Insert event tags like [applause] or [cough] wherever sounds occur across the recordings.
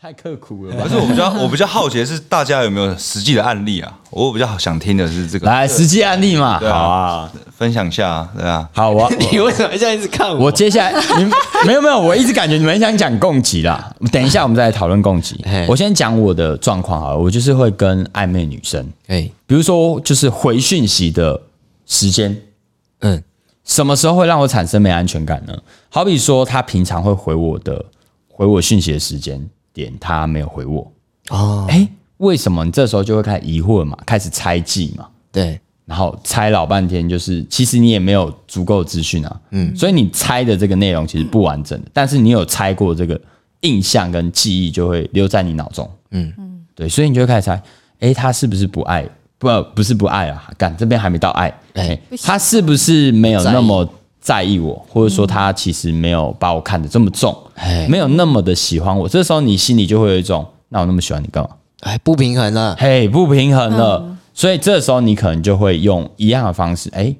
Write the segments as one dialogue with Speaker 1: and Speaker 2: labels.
Speaker 1: 太刻苦了
Speaker 2: [laughs] 可
Speaker 1: 吧？
Speaker 2: 是我比较我比较好奇的是，大家有没有实际的案例啊？我比较想听的是这个，
Speaker 3: 来实际案例嘛，好
Speaker 2: 啊
Speaker 3: 啊，
Speaker 2: 分享一下啊，对啊，
Speaker 3: 好，我
Speaker 1: [laughs] 你为什么这样一直看我？
Speaker 3: 我接下来你没有没有，我一直感觉你们很想讲供给啦。等一下我们再来讨论供给
Speaker 1: 嘿。
Speaker 3: 我先讲我的状况好了，我就是会跟暧昧女生，
Speaker 1: 哎，
Speaker 3: 比如说就是回讯息的时间，
Speaker 1: 嗯，
Speaker 3: 什么时候会让我产生没安全感呢？好比说她平常会回我的回我讯息的时间点，她没有回我，
Speaker 1: 哦，
Speaker 3: 哎、为什么？你这时候就会开始疑惑嘛，开始猜忌嘛。
Speaker 1: 对，
Speaker 3: 然后猜老半天，就是其实你也没有足够的资讯啊，嗯，所以你猜的这个内容其实不完整的，但是你有猜过这个印象跟记忆就会留在你脑中，嗯嗯，对，所以你就会开始猜，诶，他是不是不爱？不，不是不爱啊，干这边还没到爱，
Speaker 1: 哎
Speaker 3: 诶，他是不是没有那么在意我，或者说他其实没有把我看得这么重，
Speaker 1: 哎
Speaker 3: 没有那么的喜欢我？这时候你心里就会有一种，那我那么喜欢你干嘛？
Speaker 1: 哎，不平衡了，
Speaker 3: 嘿，不平衡了。所以这时候你可能就会用一样的方式，哎、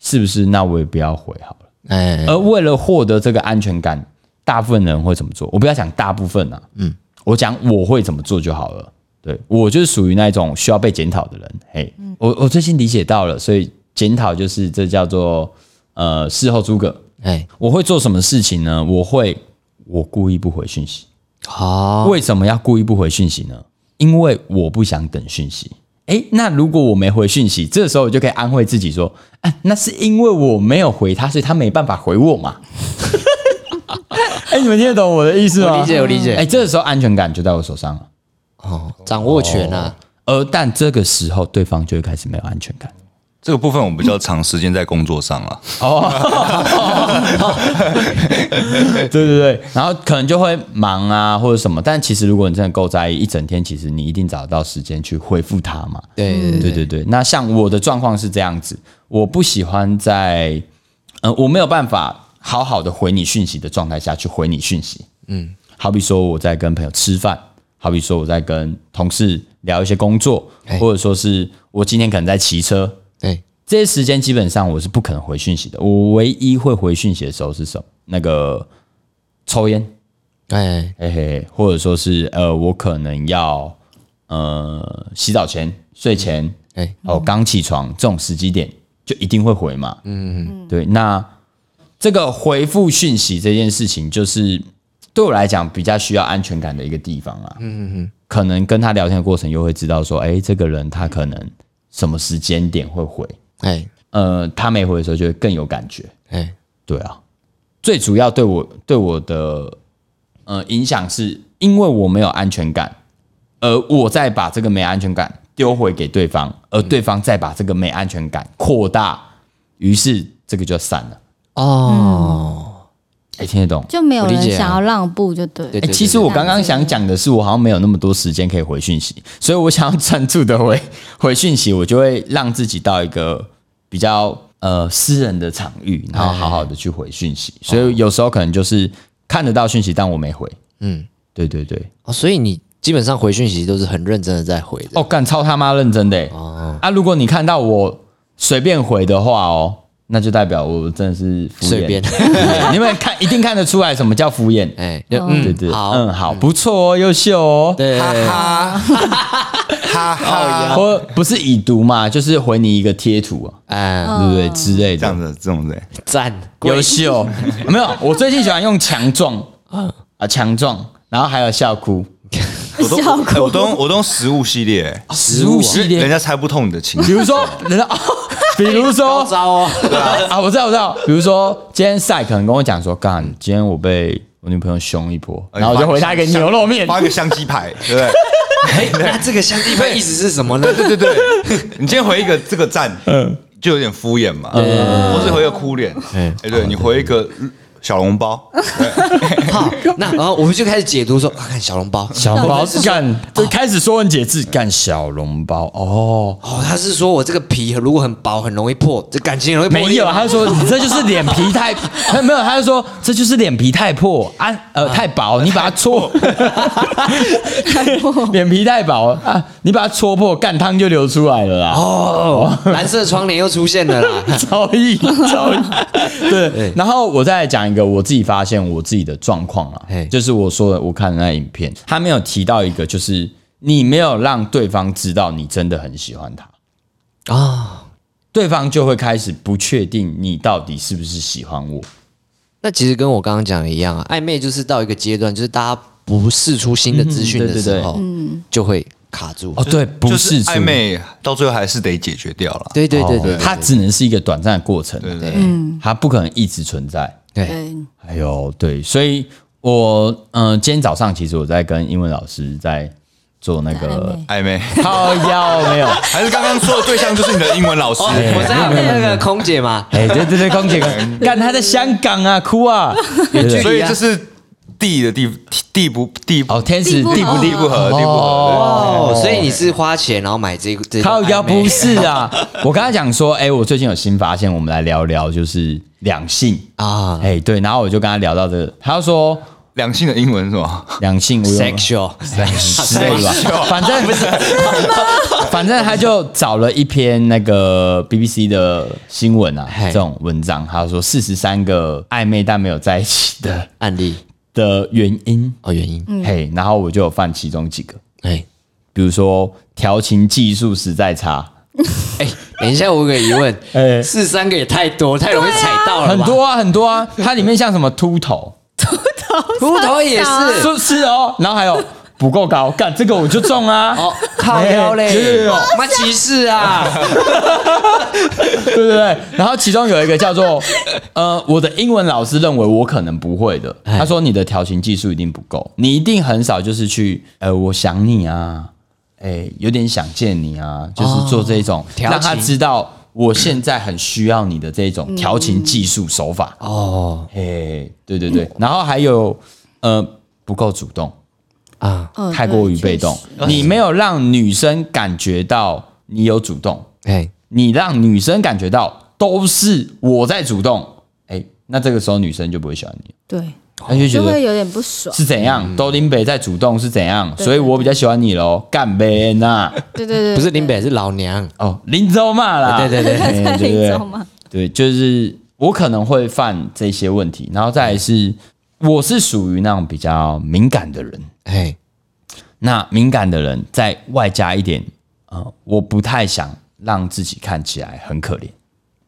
Speaker 3: 是不是？那我也不要回好了。
Speaker 1: 哎，
Speaker 3: 而为了获得这个安全感，大部分人会怎么做？我不要讲大部分啊，嗯，我讲我会怎么做就好了。对我就是属于那种需要被检讨的人。嘿，我我最近理解到了，所以检讨就是这叫做呃事后诸葛。
Speaker 1: 哎，
Speaker 3: 我会做什么事情呢？我会我故意不回讯息。
Speaker 1: 好，
Speaker 3: 为什么要故意不回讯息呢？因为我不想等讯息。诶，那如果我没回讯息，这时候我就可以安慰自己说，哎、那是因为我没有回他，所以他没办法回我 [laughs] 嘛。哎、你们听得懂我的意思吗？
Speaker 1: 我理解我理解
Speaker 3: 哎、这时候安全感就在我手上了，
Speaker 1: 哦，掌握权啊，
Speaker 3: 而但这个时候对方就会开始没有安全感。
Speaker 2: 这个部分我比较长时间在工作上啊了，
Speaker 3: [laughs] 对对对，然后可能就会忙啊或者什么，但其实如果你真的够在意，一整天其实你一定找得到时间去回复他嘛。
Speaker 1: 对
Speaker 3: 对嗯对对，那像我的状况是这样子，我不喜欢在，呃，我没有办法好好的回你讯息的状态下去回你讯息。嗯，好比说我在跟朋友吃饭，好比说我在跟同事聊一些工作，
Speaker 1: 哎
Speaker 3: 或者说是我今天可能在骑车，
Speaker 1: 对，
Speaker 3: 这些时间基本上我是不可能回讯息的。我唯一会回讯息的时候是什么？那个抽烟，
Speaker 1: 哎，
Speaker 3: 嘿嘿，或者说是呃，我可能要呃洗澡前、睡前，
Speaker 1: 哎
Speaker 3: 哦刚起床这种时机点，就一定会回嘛。嗯，对。那这个回复讯息这件事情，就是对我来讲比较需要安全感的一个地方啊。嗯嗯，可能跟他聊天的过程，又会知道说，哎，这个人他可能什么时间点会回，
Speaker 1: 哎，
Speaker 3: 呃，他没回的时候就会更有感觉。
Speaker 1: 哎，
Speaker 3: 对啊，最主要对我对我的呃影响是因为我没有安全感，而我再把这个没安全感丢回给对方，而对方再把这个没安全感扩大，于是这个就散了。
Speaker 1: 哦，
Speaker 3: 哎，听得懂？
Speaker 4: 就没有
Speaker 1: 我理
Speaker 4: 人
Speaker 1: 解啊
Speaker 4: 想要让步，就对了。
Speaker 1: 对，
Speaker 3: 哎，
Speaker 1: 对
Speaker 3: 其实我刚刚想讲的是，我好像没有那么多时间可以回讯息，所以我想要专注的回回讯息，我就会让自己到一个比较呃私人的场域，然后好好的去回讯息。所
Speaker 1: 哎
Speaker 3: 以有时候可能就是看得到讯息，但我没回。
Speaker 1: 嗯，
Speaker 3: 对对对，
Speaker 1: 哦，所以你基本上回讯息都是很认真的在回的，
Speaker 3: 哦，干超他妈认真的欸
Speaker 1: 哦
Speaker 3: 啊！如果你看到我随便回的话哦，那就代表我真的是敷衍，
Speaker 1: 随
Speaker 3: [laughs]
Speaker 1: 便
Speaker 3: 对你们看一定看得出来什么叫敷衍。
Speaker 1: [laughs] 哎，
Speaker 3: 对
Speaker 1: 嗯，
Speaker 3: 对，
Speaker 1: 好
Speaker 3: 嗯，好，不错哦，优秀哦。
Speaker 1: 对，
Speaker 2: 哈哈哈
Speaker 3: 啊
Speaker 2: 哈，
Speaker 3: 或不是已读嘛，就是回你一个贴图啊，
Speaker 1: 哎，
Speaker 3: 对不对之类的
Speaker 2: 这样。子这种人，
Speaker 1: 赞，
Speaker 3: 优 [laughs] 秀，没有，我最近喜欢用强壮啊，强壮，然后还有笑哭，
Speaker 2: 我都
Speaker 4: 效果
Speaker 2: 哎我都用我都用食物系列，
Speaker 3: 食物系
Speaker 2: 人
Speaker 3: 列，
Speaker 2: 家猜不透你的情绪
Speaker 3: 比如
Speaker 2: [laughs]
Speaker 3: 说，人家，哦比如说
Speaker 1: 高招哦，
Speaker 2: 哎
Speaker 3: 啊，我知道，我知道。比如说，今天赛可能跟我讲说，干，今天我被我女朋友凶一波， [laughs] 然后我就回他一个牛肉面。
Speaker 2: 哎发一个香鸡排， [laughs] 对不对？
Speaker 1: 哎，
Speaker 3: [laughs]
Speaker 1: 那这个相地派意思是什么呢？
Speaker 2: 对对对， [laughs] 你今天回一个这个赞，
Speaker 3: 嗯
Speaker 2: 就有点敷衍嘛，或是回一个哭脸，哎，对你回一个小笼包，
Speaker 1: 好，那然后我们就开始解读说，啊看小笼包，哦
Speaker 3: 小笼包干，就开始说文解字，干小笼包哦，
Speaker 1: 哦，他是说我这个皮如果很薄，很容易破，这感情也容易破
Speaker 3: 没
Speaker 1: 裂
Speaker 3: 有，啊
Speaker 1: 吗
Speaker 3: 他就说你这就是脸皮太， [laughs] 他没有，他就说这就是脸皮太破啊，呃，太薄，你把它戳，脸皮 [laughs] 太薄啊，你把它戳破，干汤就流出来了啦。
Speaker 1: 哦，蓝色窗帘又出现了啦。
Speaker 3: [laughs] 超意超意，对。然后我再来讲一一个我自己发现我自己的状况啊
Speaker 1: 嘿，
Speaker 3: 就是我说的，我看的那影片，他没有提到一个，就是你没有让对方知道你真的很喜欢他，
Speaker 1: 啊。
Speaker 3: 对方就会开始不确定你到底是不是喜欢我。
Speaker 1: 那其实跟我刚刚讲的一样啊，暧昧就是到一个阶段，就是大家不试出新的资讯的时候，就会卡住。
Speaker 3: 哦，对，不
Speaker 2: 就是
Speaker 3: 出
Speaker 2: 暧，昧到最后还是得解决掉了。
Speaker 1: 对对对哦对，
Speaker 3: 它只能是一个短暂的过程，
Speaker 2: 对对对，
Speaker 3: 嗯，它不可能一直存
Speaker 2: 嗯
Speaker 3: 在。
Speaker 1: 对
Speaker 4: 对，
Speaker 3: 哎呦，对，所以我嗯、呃今天早上其实我在跟英文老师在做那个
Speaker 2: 暧昧
Speaker 3: 靠腰，没有，
Speaker 2: 还是刚刚说的对象就是你的英文老师，
Speaker 1: 哦我知道那个空姐嘛，
Speaker 3: 哎、对对对，空姐，空干他在香港啊，哭啊，
Speaker 1: 距
Speaker 2: 所
Speaker 1: 离
Speaker 2: 以
Speaker 1: 啊
Speaker 2: 这是地的地地不地
Speaker 3: 哦，天使
Speaker 4: 地不
Speaker 3: 地不
Speaker 2: 地不
Speaker 4: 合
Speaker 2: 合地不合，
Speaker 1: 哦，所以你是花钱然后买这这
Speaker 3: 靠腰
Speaker 1: 暧昧
Speaker 3: 不是啊，我跟他讲说，哎、我最近有新发现，我们来聊聊就是两性，
Speaker 1: 啊
Speaker 3: 哎、对，然后我就跟他聊到这个，他就说
Speaker 2: 两性的英文是吗？
Speaker 3: 两性我有
Speaker 1: ，sexual
Speaker 3: 之类的吧，反正 [laughs] 不是，反正他就找了一篇那个 BBC 的新闻啊，
Speaker 1: 嘿
Speaker 3: 这种文章，他说四十三个暧昧但没有在一起的
Speaker 1: 案例
Speaker 3: 的原因，
Speaker 1: 哦原因，
Speaker 3: 嘿，然后我就有犯其中几个，
Speaker 1: 哎
Speaker 3: 比如说调情技术实在差，
Speaker 1: 哎，等一下我有个疑问，
Speaker 3: 哎
Speaker 1: 四三个也太多，太容易踩到了吧，
Speaker 3: 很多啊很多啊，它里面像什么秃头，
Speaker 1: 秃头也是
Speaker 3: 是是哦，然后还有不够高，干这个我就中啊，
Speaker 1: 哦，靠腰
Speaker 3: 哎有有
Speaker 1: 嘞
Speaker 3: 有，
Speaker 1: 妈歧视啊，
Speaker 3: 对对对，然后其中有一个叫
Speaker 1: [laughs]
Speaker 3: 做呃，我的英文老师认为我可能不会的，
Speaker 1: 哎
Speaker 3: 他说你的调情技术一定不够，你一定很少就是去呃，我想你啊，哎，有点想见你啊，就是做这种、
Speaker 1: 哦调情
Speaker 3: 让他知道我现在很需要你的这种调情技术手法。
Speaker 1: 哦
Speaker 3: 哎，对对对，然后还有呃，不够主动，
Speaker 1: 啊，
Speaker 4: 嗯
Speaker 3: 太过于被动，，
Speaker 1: 嗯
Speaker 3: 你没有让女生感觉到你有主动。
Speaker 1: 哎
Speaker 3: 你让女生感觉到都是我在主动，哎、那这个时候女生就不会喜欢你，
Speaker 4: 对确实
Speaker 1: 哦
Speaker 3: 她就
Speaker 4: 对，
Speaker 3: 觉
Speaker 4: 就会
Speaker 3: 得
Speaker 4: 有点不爽。
Speaker 3: 是怎
Speaker 1: 嗯
Speaker 3: 样，都林北在主动是怎样，
Speaker 4: 对
Speaker 3: 所以我比较喜欢你喽，干杯
Speaker 1: [laughs]
Speaker 3: 呐！
Speaker 4: 对对对，
Speaker 1: 不是林北是老娘，
Speaker 3: 哦，林州嘛啦，
Speaker 1: 对对 [laughs] 对
Speaker 3: 哎对对
Speaker 4: 林
Speaker 3: 对
Speaker 4: 州嘛，
Speaker 3: 对，就是我可能会犯这些问题，然后再来是，
Speaker 1: 嗯
Speaker 3: 我是属于那种比较敏感的人，
Speaker 1: 哎
Speaker 3: 那敏感的人再外加一点，呃，我不太想让自己看起来很可怜。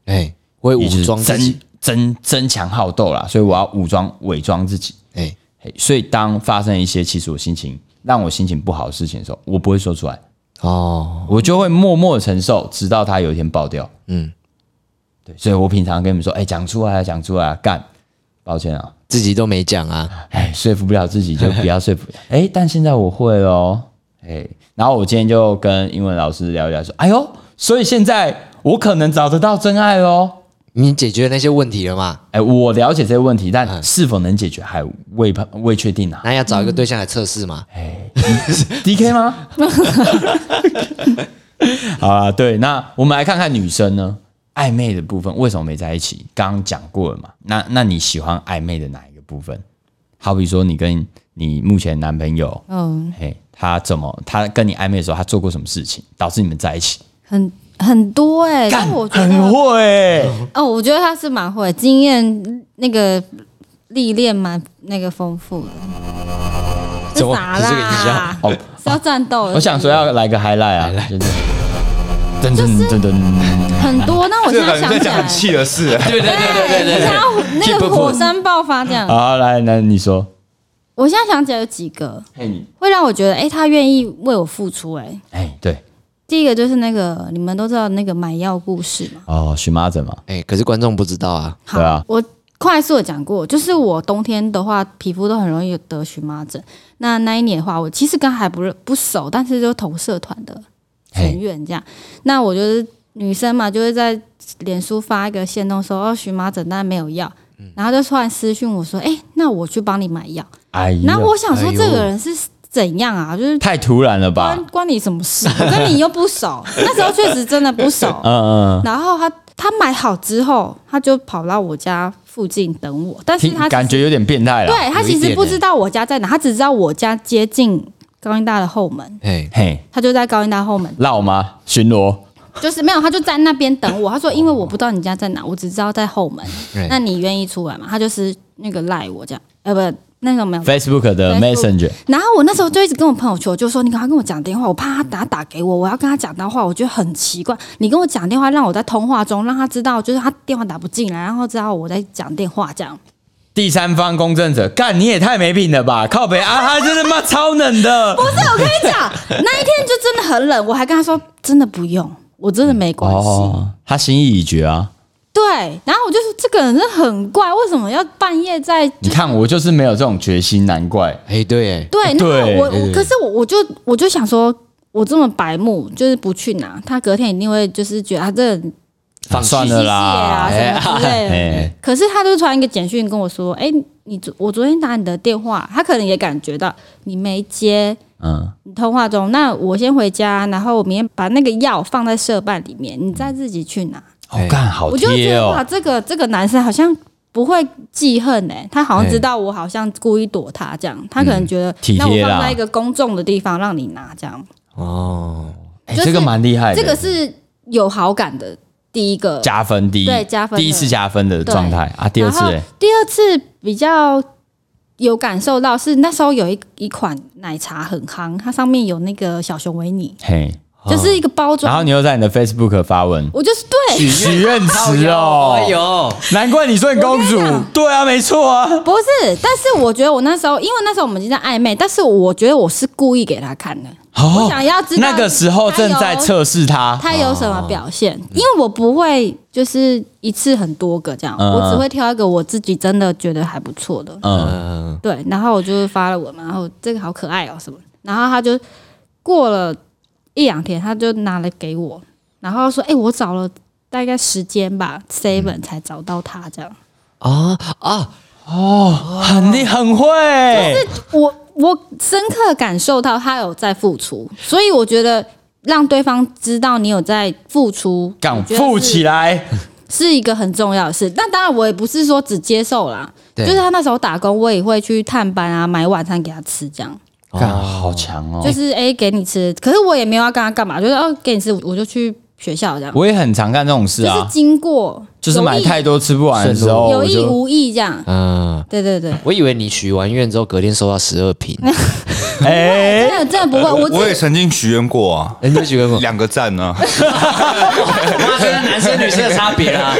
Speaker 1: 哎，会
Speaker 3: 也就
Speaker 1: 武
Speaker 3: 是
Speaker 1: 装自己
Speaker 3: 争，争争强好斗啦，所以我要武装伪装自己。
Speaker 1: 哎
Speaker 3: 嘿所以当发生一些其实我心情让我心情不好的事情的时候，我不会说出来，
Speaker 1: 哦，
Speaker 3: 我就会默默地承受，直到它有一天爆掉。嗯，对，所以我平常跟你们说，哎、讲出来啊，讲出来啊，干，抱歉啊，
Speaker 1: 自己都没讲啊，
Speaker 3: 哎，说服不了自己就不要说服。 [laughs] 哎、但现在我会哦，哎，然后我今天就跟英文老师聊一聊，说，哎呦，所以现在我可能找得到真爱喽。
Speaker 1: 你解决那些问题了嘛？
Speaker 3: 哎，我了解这个问题，但是否能解决还未判未确定 [laughs] 啊。
Speaker 1: 那要找一个对象来测试嘛？
Speaker 3: D K 吗？ [laughs] 好啊，对，那我们来看看女生呢，暧昧的部分为什么没在一起？刚刚讲过了嘛。那那你喜欢暧昧的哪一个部分？好比说，你跟你目前男朋友，
Speaker 4: 嗯，
Speaker 3: 嘿，他怎么，他跟你暧昧的时候，他做过什么事情，导致你们在一起？
Speaker 4: 很很多哎，但我觉
Speaker 3: 很
Speaker 4: 得
Speaker 3: 会欸，
Speaker 4: 哦，我觉得他是蛮会，经验那个历练蛮那个丰富的。这
Speaker 1: 怎么
Speaker 4: 啥
Speaker 1: 这是个音
Speaker 4: 啦
Speaker 1: 效？
Speaker 3: 哦，
Speaker 4: 是要战斗的？
Speaker 3: 我想说要来个 highlight 啊，真的，噔噔噔噔。
Speaker 4: 很多，那我
Speaker 2: 这
Speaker 4: 现
Speaker 2: 个
Speaker 4: 在
Speaker 2: 人
Speaker 4: 想
Speaker 2: 在
Speaker 4: 起
Speaker 2: 讲
Speaker 4: 来
Speaker 2: 很，气的事，
Speaker 1: 对对对对对
Speaker 4: 你
Speaker 1: 对
Speaker 4: 知，道那个火山爆发这样。
Speaker 3: 好，来，那你说，
Speaker 4: 我现在想起来有几个
Speaker 3: 嘿，你，
Speaker 4: 会让我觉得，哎、他愿意为我付出、哎，
Speaker 3: 哎，对，
Speaker 4: 第一个就是那个你们都知道那个买药故事嘛。
Speaker 3: 哦，荨麻疹嘛，
Speaker 1: 哎，可是观众不知道啊，
Speaker 4: 好，
Speaker 3: 对啊
Speaker 4: 我快速的讲过，就是我冬天的话，皮肤都很容易有得荨麻疹。那那一年的话，我其实跟还不认不熟，但是就同社团的成
Speaker 3: 嘿，
Speaker 4: 员这样。那我就是女生嘛，就是在脸书发一个线动说哦荨麻疹，但没有药。然后就突然私讯我说：“哎、那我去帮你买药。”
Speaker 3: 哎呀，
Speaker 4: 然后我想说，
Speaker 1: 哎呦
Speaker 4: 这个人是怎样啊？就是
Speaker 3: 太突然了吧
Speaker 4: 关，关你什么事？ [laughs] 我跟你又不
Speaker 3: [laughs]
Speaker 4: 熟，那时候确实真的不熟。
Speaker 3: 嗯嗯，
Speaker 4: 然后他他买好之后，他就跑到我家附近等我，但是
Speaker 3: 听
Speaker 4: 他
Speaker 3: 感觉有啊点变态了，
Speaker 4: 对他
Speaker 1: 有一
Speaker 4: 其实
Speaker 1: 点
Speaker 4: 不
Speaker 1: 欸
Speaker 4: 知道我家在哪，他只知道我家接近高音大的后门，
Speaker 1: 哎
Speaker 3: 嘿，
Speaker 4: 他就在高音大
Speaker 3: [laughs]
Speaker 4: 后门，
Speaker 3: 绕吗？巡逻，
Speaker 4: 就是没有，他就在
Speaker 3: 哦
Speaker 4: 那边等我。他说，因为我不知道你家在哪，我只知道在后门
Speaker 1: 哎，
Speaker 4: 那你愿意出来吗？他就是那个赖我这样，呃，不，那时候没有。
Speaker 3: Facebook 的
Speaker 4: Facebook
Speaker 3: Messenger，
Speaker 4: 然后我那时候就一直跟我朋友求救说，你赶快跟我讲电话，我怕他打打给我，我要跟他讲电话，我觉得很奇怪。你跟我讲电话，让我在通话中，让他知道就是他电话打不进来，然后知道我在讲电话
Speaker 3: [laughs]
Speaker 4: 这样。
Speaker 3: 第三方公证者，干你也太没品了吧！靠北啊，他真他妈超冷的
Speaker 4: 不。是，我跟你讲，那一天就真的很冷，我还跟他说真的不用，我真的没关系。
Speaker 3: 哦，他心意已决啊！
Speaker 4: 对，然后我就说这个人真的很怪，为什么要半夜在？
Speaker 3: 你看我就是没有这种决心，难怪。
Speaker 1: 哎，对，哎，
Speaker 4: 对，那
Speaker 3: 对
Speaker 4: 我我可是我我就我就想说，我这么白目，就是不去拿，他隔天一定会就是觉得他这个
Speaker 3: 放算
Speaker 4: 机
Speaker 3: 了
Speaker 4: 械啊
Speaker 3: 啦，
Speaker 4: 什么之类的。
Speaker 3: 哎，
Speaker 4: 可是他就传一个简讯跟我说：“哎、你昨我昨天打你的电话，他可能也感觉到你没接，
Speaker 3: 嗯，
Speaker 4: 你通话中。那我先回家，然后我明天把那个药放在社办里面，你再自己去拿。
Speaker 3: 好干好
Speaker 4: 我就觉
Speaker 3: 贴
Speaker 4: 得哇，
Speaker 3: 哦，
Speaker 4: 这个这个男生好像不会记恨哎、他好像知道我好像故意躲他这样，他可能觉得、
Speaker 3: 嗯体
Speaker 4: 那我
Speaker 3: 贴啦
Speaker 4: 放在一个公众的地方让你拿这样，
Speaker 1: 哦，
Speaker 3: 哎
Speaker 4: 就是
Speaker 3: 这个蛮厉害的，
Speaker 4: 这个是有好感的第一个。
Speaker 3: 加分第一，
Speaker 4: 对加分的
Speaker 3: 第一次加分的状态啊，第二
Speaker 4: 然
Speaker 3: 次
Speaker 4: 后
Speaker 3: 哎
Speaker 4: 第二次比较有感受到是那时候有一一款奶茶很夯，它上面有那个小熊维尼，
Speaker 3: 嘿，
Speaker 4: 就是一个包
Speaker 3: 哦然后
Speaker 4: 装。
Speaker 3: 你又在你的 Facebook 发文，
Speaker 4: 我就是对，
Speaker 3: 许愿池哦，
Speaker 1: 哎呦，
Speaker 3: 难怪你说你公主
Speaker 4: 我跟你讲，
Speaker 3: 对啊，没错啊，
Speaker 4: 不是，但是我觉得我那时候，因为那时候我们已经在暧昧，但是我觉得我是故意给他看的，我想要知道
Speaker 3: 哦那个时候正在测哦试他，
Speaker 4: 他有什么表现，因为我不会就是一次很多个这样，
Speaker 3: 嗯
Speaker 4: 我只会挑一个我自己真的觉得还不错的，
Speaker 3: 嗯，
Speaker 1: 嗯，
Speaker 4: 对，然后我就发了文嘛，然后这个好可爱哦什么，然后他就过了一两天，他就拿了给我，然后说：“哎、我找了大概十间吧，seven 才找到他这样。
Speaker 1: 啊啊，
Speaker 3: 很厉很会，
Speaker 4: 我我深刻感受到他有在付出，所以我觉得让对方知道你有在付出，
Speaker 3: 敢富起
Speaker 4: 来
Speaker 3: 来，
Speaker 4: 是一个很重要的事。那当然，我也不是说只接受啦，就
Speaker 1: 对
Speaker 4: 是他那时候打工，我也会去探班啊，买晚餐给他吃这样。
Speaker 3: 干好强
Speaker 4: 就
Speaker 3: 哦！
Speaker 4: 是哎、诶给你吃，可是我也没有要跟他干嘛，就是哦给你吃，我就去学校这样，
Speaker 3: 我也很常干这种事
Speaker 4: 就
Speaker 3: 啊
Speaker 4: 是，经过，
Speaker 3: 就是买太多吃不完的时候，
Speaker 4: 有
Speaker 3: 我
Speaker 4: 意有意
Speaker 3: 就
Speaker 4: 无意这样，
Speaker 1: 嗯，
Speaker 4: 对对对，
Speaker 1: 我以为你许完愿之后隔天收到十二 [laughs] 瓶，
Speaker 3: 哎，
Speaker 4: 真的真的不会，我
Speaker 2: 我也
Speaker 4: 只
Speaker 2: 曾经许愿过啊，
Speaker 1: 哎你有许愿过？
Speaker 2: 两个赞啊
Speaker 4: [laughs]
Speaker 2: 呢、
Speaker 1: 妈，这是男生女生的差别啊！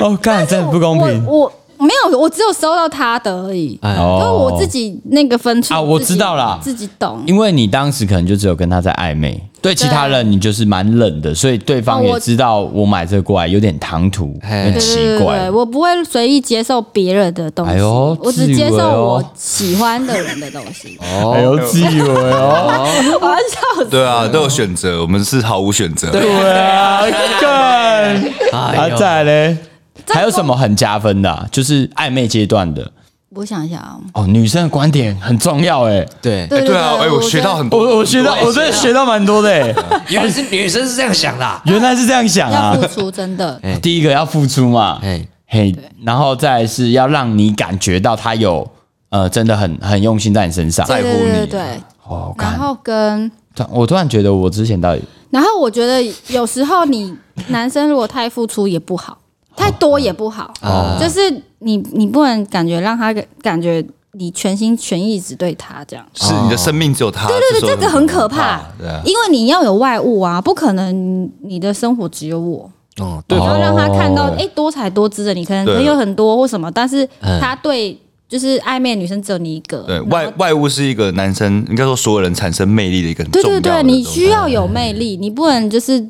Speaker 3: 哦，干真的不公平
Speaker 4: 我我没有，我只有收到他的而已，因
Speaker 1: 哎，
Speaker 4: 为
Speaker 3: 哦
Speaker 4: 我自己那个分寸
Speaker 3: 啊我
Speaker 4: 自己
Speaker 3: 知道啦
Speaker 4: 自己懂，
Speaker 3: 因为你当时可能就只有跟他在暧昧，对其他人你就是蛮冷的，所以对方
Speaker 4: 哦
Speaker 3: 也
Speaker 4: 我
Speaker 3: 知道我买这个过来有点唐突，
Speaker 1: 嘿
Speaker 3: 很
Speaker 4: 对
Speaker 3: 奇
Speaker 4: 对对对
Speaker 3: 怪
Speaker 4: 对，。我不会随意接受别人的东西，
Speaker 3: 哎呦
Speaker 4: 我只
Speaker 3: 自以
Speaker 4: 接
Speaker 3: 为
Speaker 4: 受
Speaker 3: 哦
Speaker 4: 我喜欢的人的东西，
Speaker 3: 哎呦，自以为哦，
Speaker 4: 我要笑死。
Speaker 2: 对啊，都有选择，我们是毫无选择。
Speaker 3: 对啊，干
Speaker 1: 哎呦
Speaker 3: 啊在嘞，还有什么很加分的啊？就是暧昧阶段的
Speaker 4: 我想一下啊，
Speaker 3: 哦，女生的观点很重要哎，
Speaker 1: 对，
Speaker 4: 对
Speaker 2: 对啊，哎，我
Speaker 4: 觉
Speaker 2: 学
Speaker 4: 得
Speaker 2: 到很多。
Speaker 3: 我我啊学到我真的学到蛮多的哎，
Speaker 1: 原来是女生是这样想的啊。
Speaker 3: 原来是这样想
Speaker 4: 要
Speaker 3: 啊
Speaker 4: 付。出，真的，
Speaker 1: 哎
Speaker 3: 第一个要付出嘛，
Speaker 1: 哎，
Speaker 3: 嘿，然后再来是要让你感觉到他有呃，真的很很用心在你啊身上。
Speaker 2: 在乎你
Speaker 4: 对对对对，
Speaker 3: 哦，
Speaker 4: 然
Speaker 3: 干
Speaker 4: 后跟，
Speaker 3: 突然我突然觉得我之前到底
Speaker 4: 然后我觉得有时候你男生如果太付出也不好，太多也不好，就是你你不能感觉让他感觉你全心全意只对他这样。
Speaker 2: 是你的生命只有他。对
Speaker 4: 对对，这个很可怕，
Speaker 2: 对啊，
Speaker 4: 因为你要有外物啊，不可能你的生活只有我。
Speaker 1: 哦，
Speaker 4: 你要让他看到，
Speaker 3: 哦
Speaker 4: 哎、多才多姿的你，可能
Speaker 2: 对
Speaker 4: 朋友很多或什么，但是他对就是暧昧的女生只有你一个。
Speaker 2: 对外外物是一个男生，应该说所有人产生魅力的一个很
Speaker 4: 对
Speaker 2: 重要
Speaker 4: 对
Speaker 2: 的
Speaker 4: 对，
Speaker 2: 东西哎
Speaker 4: 你需要有魅力，你不能就是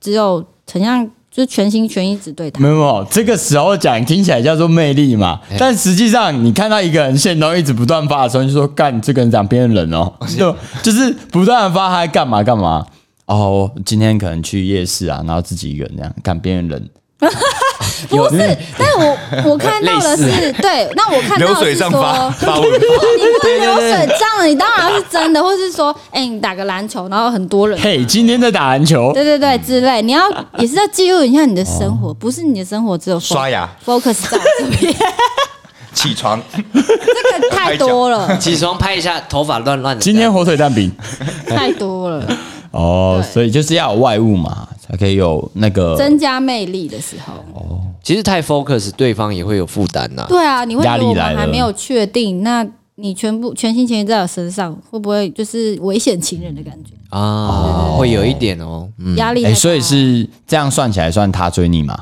Speaker 4: 只有怎样，就是全心全意只对他
Speaker 3: 没。有没有，这个时候讲听起来叫做魅力嘛，但实际上你看到一个人线都一直不断发的时候，你就说干这个人长边人哦， [laughs] 就就是不断的发他在干嘛干嘛。哦，我今天可能去夜市啊，然后自己一个人这样干边缘人，
Speaker 4: 不是，但
Speaker 2: [laughs]
Speaker 4: 我我看到
Speaker 1: 类
Speaker 4: 的是，对，那我看
Speaker 2: 流
Speaker 4: 到的
Speaker 2: 水
Speaker 4: 是
Speaker 2: 上发
Speaker 4: [laughs] 说。
Speaker 2: 发文，
Speaker 4: 你不能流水账了，你当然是
Speaker 2: [laughs]
Speaker 4: 真的，或是说，哎、你打个篮球，然后很多人，
Speaker 3: 嘿，今天在打篮球，
Speaker 4: 对对对，之类，你要也是要记录一下你的生
Speaker 2: 哦
Speaker 4: 活，不是你的生活只有 fo-
Speaker 2: 刷牙
Speaker 4: focus 在我
Speaker 2: [laughs]
Speaker 4: 这边，
Speaker 2: 起床，
Speaker 4: 这个太多了，
Speaker 1: 起床拍一下，头发乱乱的。
Speaker 3: 今天火腿蛋饼。
Speaker 2: [laughs]
Speaker 4: 太多了，
Speaker 3: 哦，
Speaker 4: 对
Speaker 3: 所以就是要有外物嘛，才可以有那个
Speaker 4: 增加魅力的时候，
Speaker 1: 其实太 focus 对方也会有负担呐。
Speaker 4: 对啊，你会
Speaker 3: 压力
Speaker 4: 觉得我
Speaker 3: 来
Speaker 4: 们
Speaker 3: 了
Speaker 4: 还没有确定，那你全部全心全意在我身上，会不会就是危险情人的感觉？
Speaker 1: 啊，会有一点哦，嗯，
Speaker 4: 压力啊
Speaker 3: 哎、
Speaker 4: 太大
Speaker 3: 所以是这样算起来算他追你嘛？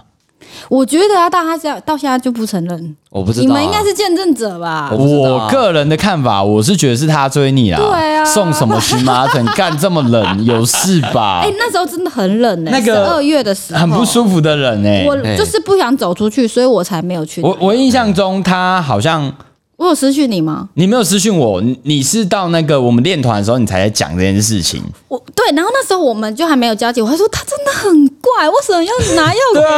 Speaker 4: 我觉得啊，但他这样到现在就不承认，
Speaker 1: 我不知道啊
Speaker 4: 你们应该是见证者吧？
Speaker 1: 我不知道啊
Speaker 3: 我个人的看法，我是觉得是他追你啦。
Speaker 4: 对啊
Speaker 3: 送什么荨麻疹？干这么冷，有事吧？
Speaker 4: [laughs] 哎、那时候真的很冷呢、欸
Speaker 3: 那个
Speaker 4: 二月的时候
Speaker 3: 很不舒服的人哎、
Speaker 4: 我
Speaker 1: 哎
Speaker 4: 就是不想走出去，所以我才没有去。
Speaker 3: 我
Speaker 4: 我
Speaker 3: 我印象中他好像
Speaker 4: 我有失去你吗？
Speaker 3: 你没有私讯我，你你是到那个我们练团的时候你才讲这件事情。
Speaker 4: 我对，然后那时候我们就还没有交集，我还说他真的很怪，为什么要拿
Speaker 3: [laughs]
Speaker 4: 钥匙？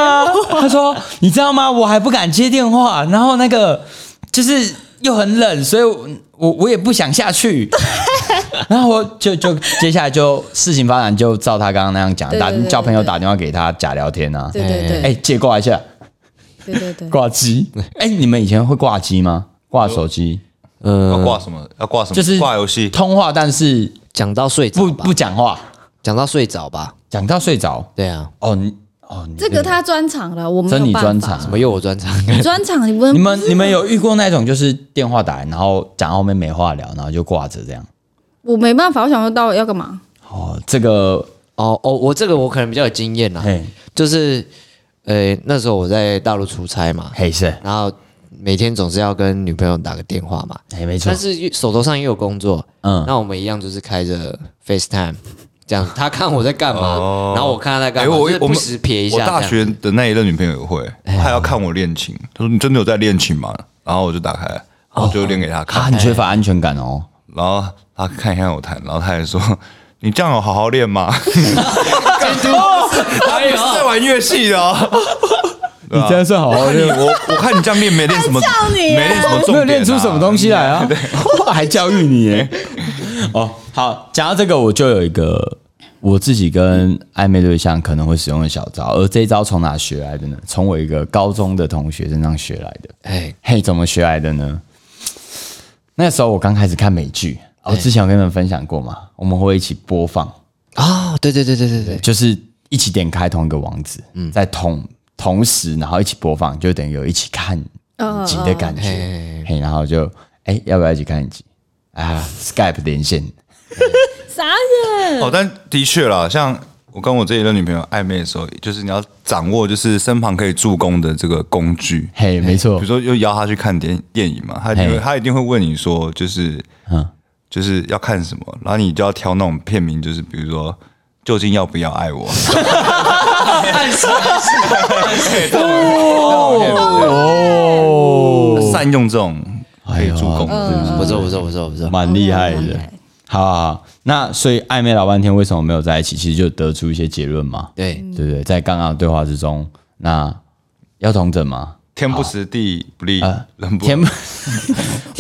Speaker 3: 啊，他说你知道吗？我还不敢接电话，然后那个就是又很冷，所以我我我也不想下
Speaker 4: [laughs]
Speaker 3: 去。然后我就就接下来就事情发展就照他刚刚那样讲，
Speaker 4: 对对
Speaker 3: 打
Speaker 4: 对对
Speaker 3: 叫朋友打电话给他假聊天啊，
Speaker 4: 对对对，
Speaker 3: 哎、借挂一下，
Speaker 4: 对对对，
Speaker 3: 挂机。 [laughs] 哎、你们以前会挂机吗？挂手机
Speaker 2: 要
Speaker 1: 呃，
Speaker 2: 挂什么？要挂什么？
Speaker 3: 就是
Speaker 2: 挂游戏。
Speaker 3: 通话，但是
Speaker 1: 讲到睡着
Speaker 3: 不
Speaker 1: 吧
Speaker 3: 不，讲话，
Speaker 1: 讲到睡着吧，
Speaker 3: 讲到睡着。
Speaker 1: 对啊，
Speaker 3: 哦，你哦，你
Speaker 4: 这个他专场了，我们
Speaker 3: 真
Speaker 4: 没
Speaker 3: 你
Speaker 4: 有办
Speaker 3: 专
Speaker 4: 法。
Speaker 1: 怎
Speaker 3: 场
Speaker 1: 么。又我专场？ [laughs]
Speaker 4: 专场，你不
Speaker 3: 你们你们有遇过那种就是电话打来，然后讲到后面没话聊，然后就挂着这样？
Speaker 4: 我没办法，我想说到底要干嘛？
Speaker 3: 哦，这个
Speaker 1: 哦哦，我这个我可能比较有经验啦，啊
Speaker 3: 嘿
Speaker 1: 就是呃那时候我在大陆出差嘛，
Speaker 3: 嘿是，
Speaker 1: 然后每天总是要跟女朋友打个电话嘛，
Speaker 3: 哎没错
Speaker 1: 但，是手头上也有工作，
Speaker 3: 嗯，
Speaker 1: 那我们一样就是开着 FaceTime。这样，他看我在干嘛，
Speaker 2: 哦
Speaker 1: 然后我看他在干
Speaker 2: 哎，
Speaker 1: 嘛，
Speaker 2: 我
Speaker 1: 就是
Speaker 2: 我
Speaker 1: 不
Speaker 2: 们
Speaker 1: 时瞥一下
Speaker 2: 我
Speaker 1: 这样。哎
Speaker 2: 大学的那一任女朋友也会，她要看我练琴，她说你真的有在练琴吗？然后我就打开，然
Speaker 1: 哦
Speaker 2: 后就练给
Speaker 3: 他
Speaker 2: 她看，
Speaker 3: 啊很缺乏安全感哦。
Speaker 2: 然后她看一下我弹，然后她还说。你这样有好好练吗？
Speaker 1: [laughs]
Speaker 2: 哦
Speaker 1: 哎呦，
Speaker 2: 在玩乐器的哦。
Speaker 3: [laughs] 你这样算好啊好
Speaker 2: 看你我我看你这样练没练什么，没练什么重点啊，
Speaker 3: 没有练出什么东西来
Speaker 2: [laughs]
Speaker 3: 啊， [laughs] 还教育你耶。哦，好，讲到这个，我就有一个我自己跟暧昧对象可能会使用的小招，而这一招从哪学来的呢？从我一个高中的同学身上学来的。
Speaker 1: 哎，
Speaker 3: 嘿，怎么学来的呢？那时候我刚开始看美剧，我、之前有跟你们分享过嘛，我们会一起播放，
Speaker 1: 哦，对对对对对对，
Speaker 3: 就是一起点开同一个网址，
Speaker 2: 嗯
Speaker 3: 在同同时，然后一起播放，就等于有一起看影集的感
Speaker 2: 嗯
Speaker 3: 觉。
Speaker 1: 哎，
Speaker 3: 嘿，然后就哎、要不要一起看影集？啊，Skype 连线，
Speaker 4: 啥人？
Speaker 2: 哦，但的确啦，像我跟我这一任女朋友暧昧的时候，就是你要掌握就是身旁可以助攻的这个工具，
Speaker 3: 嘿，没错
Speaker 2: 比如，说又邀她去看电电影嘛，她一定
Speaker 3: 嘿
Speaker 2: 会她一定会问你说就是
Speaker 3: 嗯，
Speaker 2: 就是要看什么，然后你就要挑那种片名，就是比如说。究竟要不要爱我？
Speaker 3: 哦，
Speaker 2: 善用这种
Speaker 3: 哎
Speaker 2: 可以助攻的，
Speaker 3: 啊
Speaker 2: 是不是
Speaker 1: 不错不错不错
Speaker 2: 嗯
Speaker 1: 不错，
Speaker 3: 蛮厉害的。好好好，那所以暧昧老半天为什么没有在一起？其实就得出一些结论嘛。
Speaker 1: 对，
Speaker 3: 对不对？在刚刚的对话之中，那要同整吗？
Speaker 2: 天不时地不利，人不
Speaker 3: 啊天，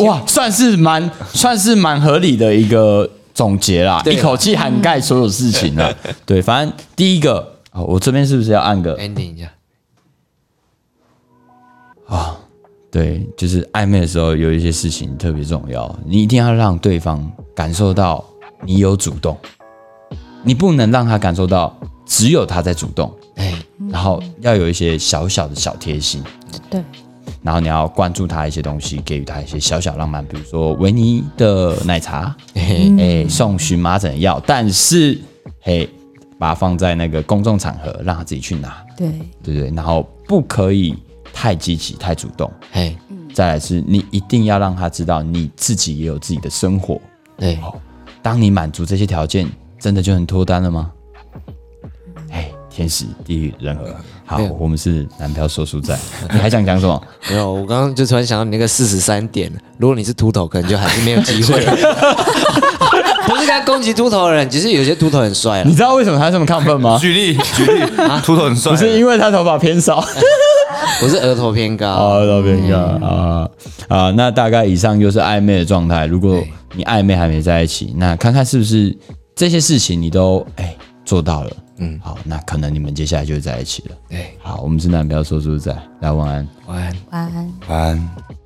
Speaker 3: 哇，算是蛮算是蛮合理的一个总结啦，
Speaker 1: 对
Speaker 3: 一
Speaker 1: 啦
Speaker 3: 口气涵盖所有事情了。对，反正第一个，哦，我这边是不是要按个？
Speaker 1: ending 一下，
Speaker 3: 对，就是暧昧的时候有一些事情特别重要，你一定要让对方感受到你有主动，你不能让他感受到只有他在主动，
Speaker 1: 哎，
Speaker 3: 然后要有一些小小的小贴心。
Speaker 4: 对，
Speaker 3: 然后你要关注他一些东西，给予他一些小小浪漫，比如说维尼的奶茶，哎、送荨麻疹药，但是嘿，把它放在那个公众场合，让他自己去拿，
Speaker 4: 对，
Speaker 3: 对不对？然后不可以太积极、太主动。
Speaker 1: 哎，
Speaker 3: 再来是，你一定要让他知道你自己也有自己的生活。
Speaker 1: 对，
Speaker 3: 当你满足这些条件，真的就能脱单了吗？哎，天时地利人和，好，我们是男票说书 [laughs] 仔，你还想讲什么？
Speaker 1: 没有，我刚刚就突然想到你那个四十三点，如果你是秃头，可能就还是没有机会。 [laughs] 不是在攻击秃头的人，只是有些秃头很帅啊了
Speaker 3: [laughs] 你。知道为什么他这么亢奋 [laughs] 吗？
Speaker 2: 举例举例，秃头很帅，
Speaker 3: 啊不是因为他头发偏 [laughs] 少，
Speaker 1: 我是额头偏高，
Speaker 3: 啊，老偏高啊啊！那大概以上就是暧昧的状态。如果你暧昧还没在一起，那看看是不是这些事情你都哎、做到了，嗯，好，那可能你们接下来就会在一起了。
Speaker 1: 对，
Speaker 3: 好，我们是男票说书仔，来晚安。
Speaker 1: 晚安。
Speaker 4: 晚安。
Speaker 2: 晚安。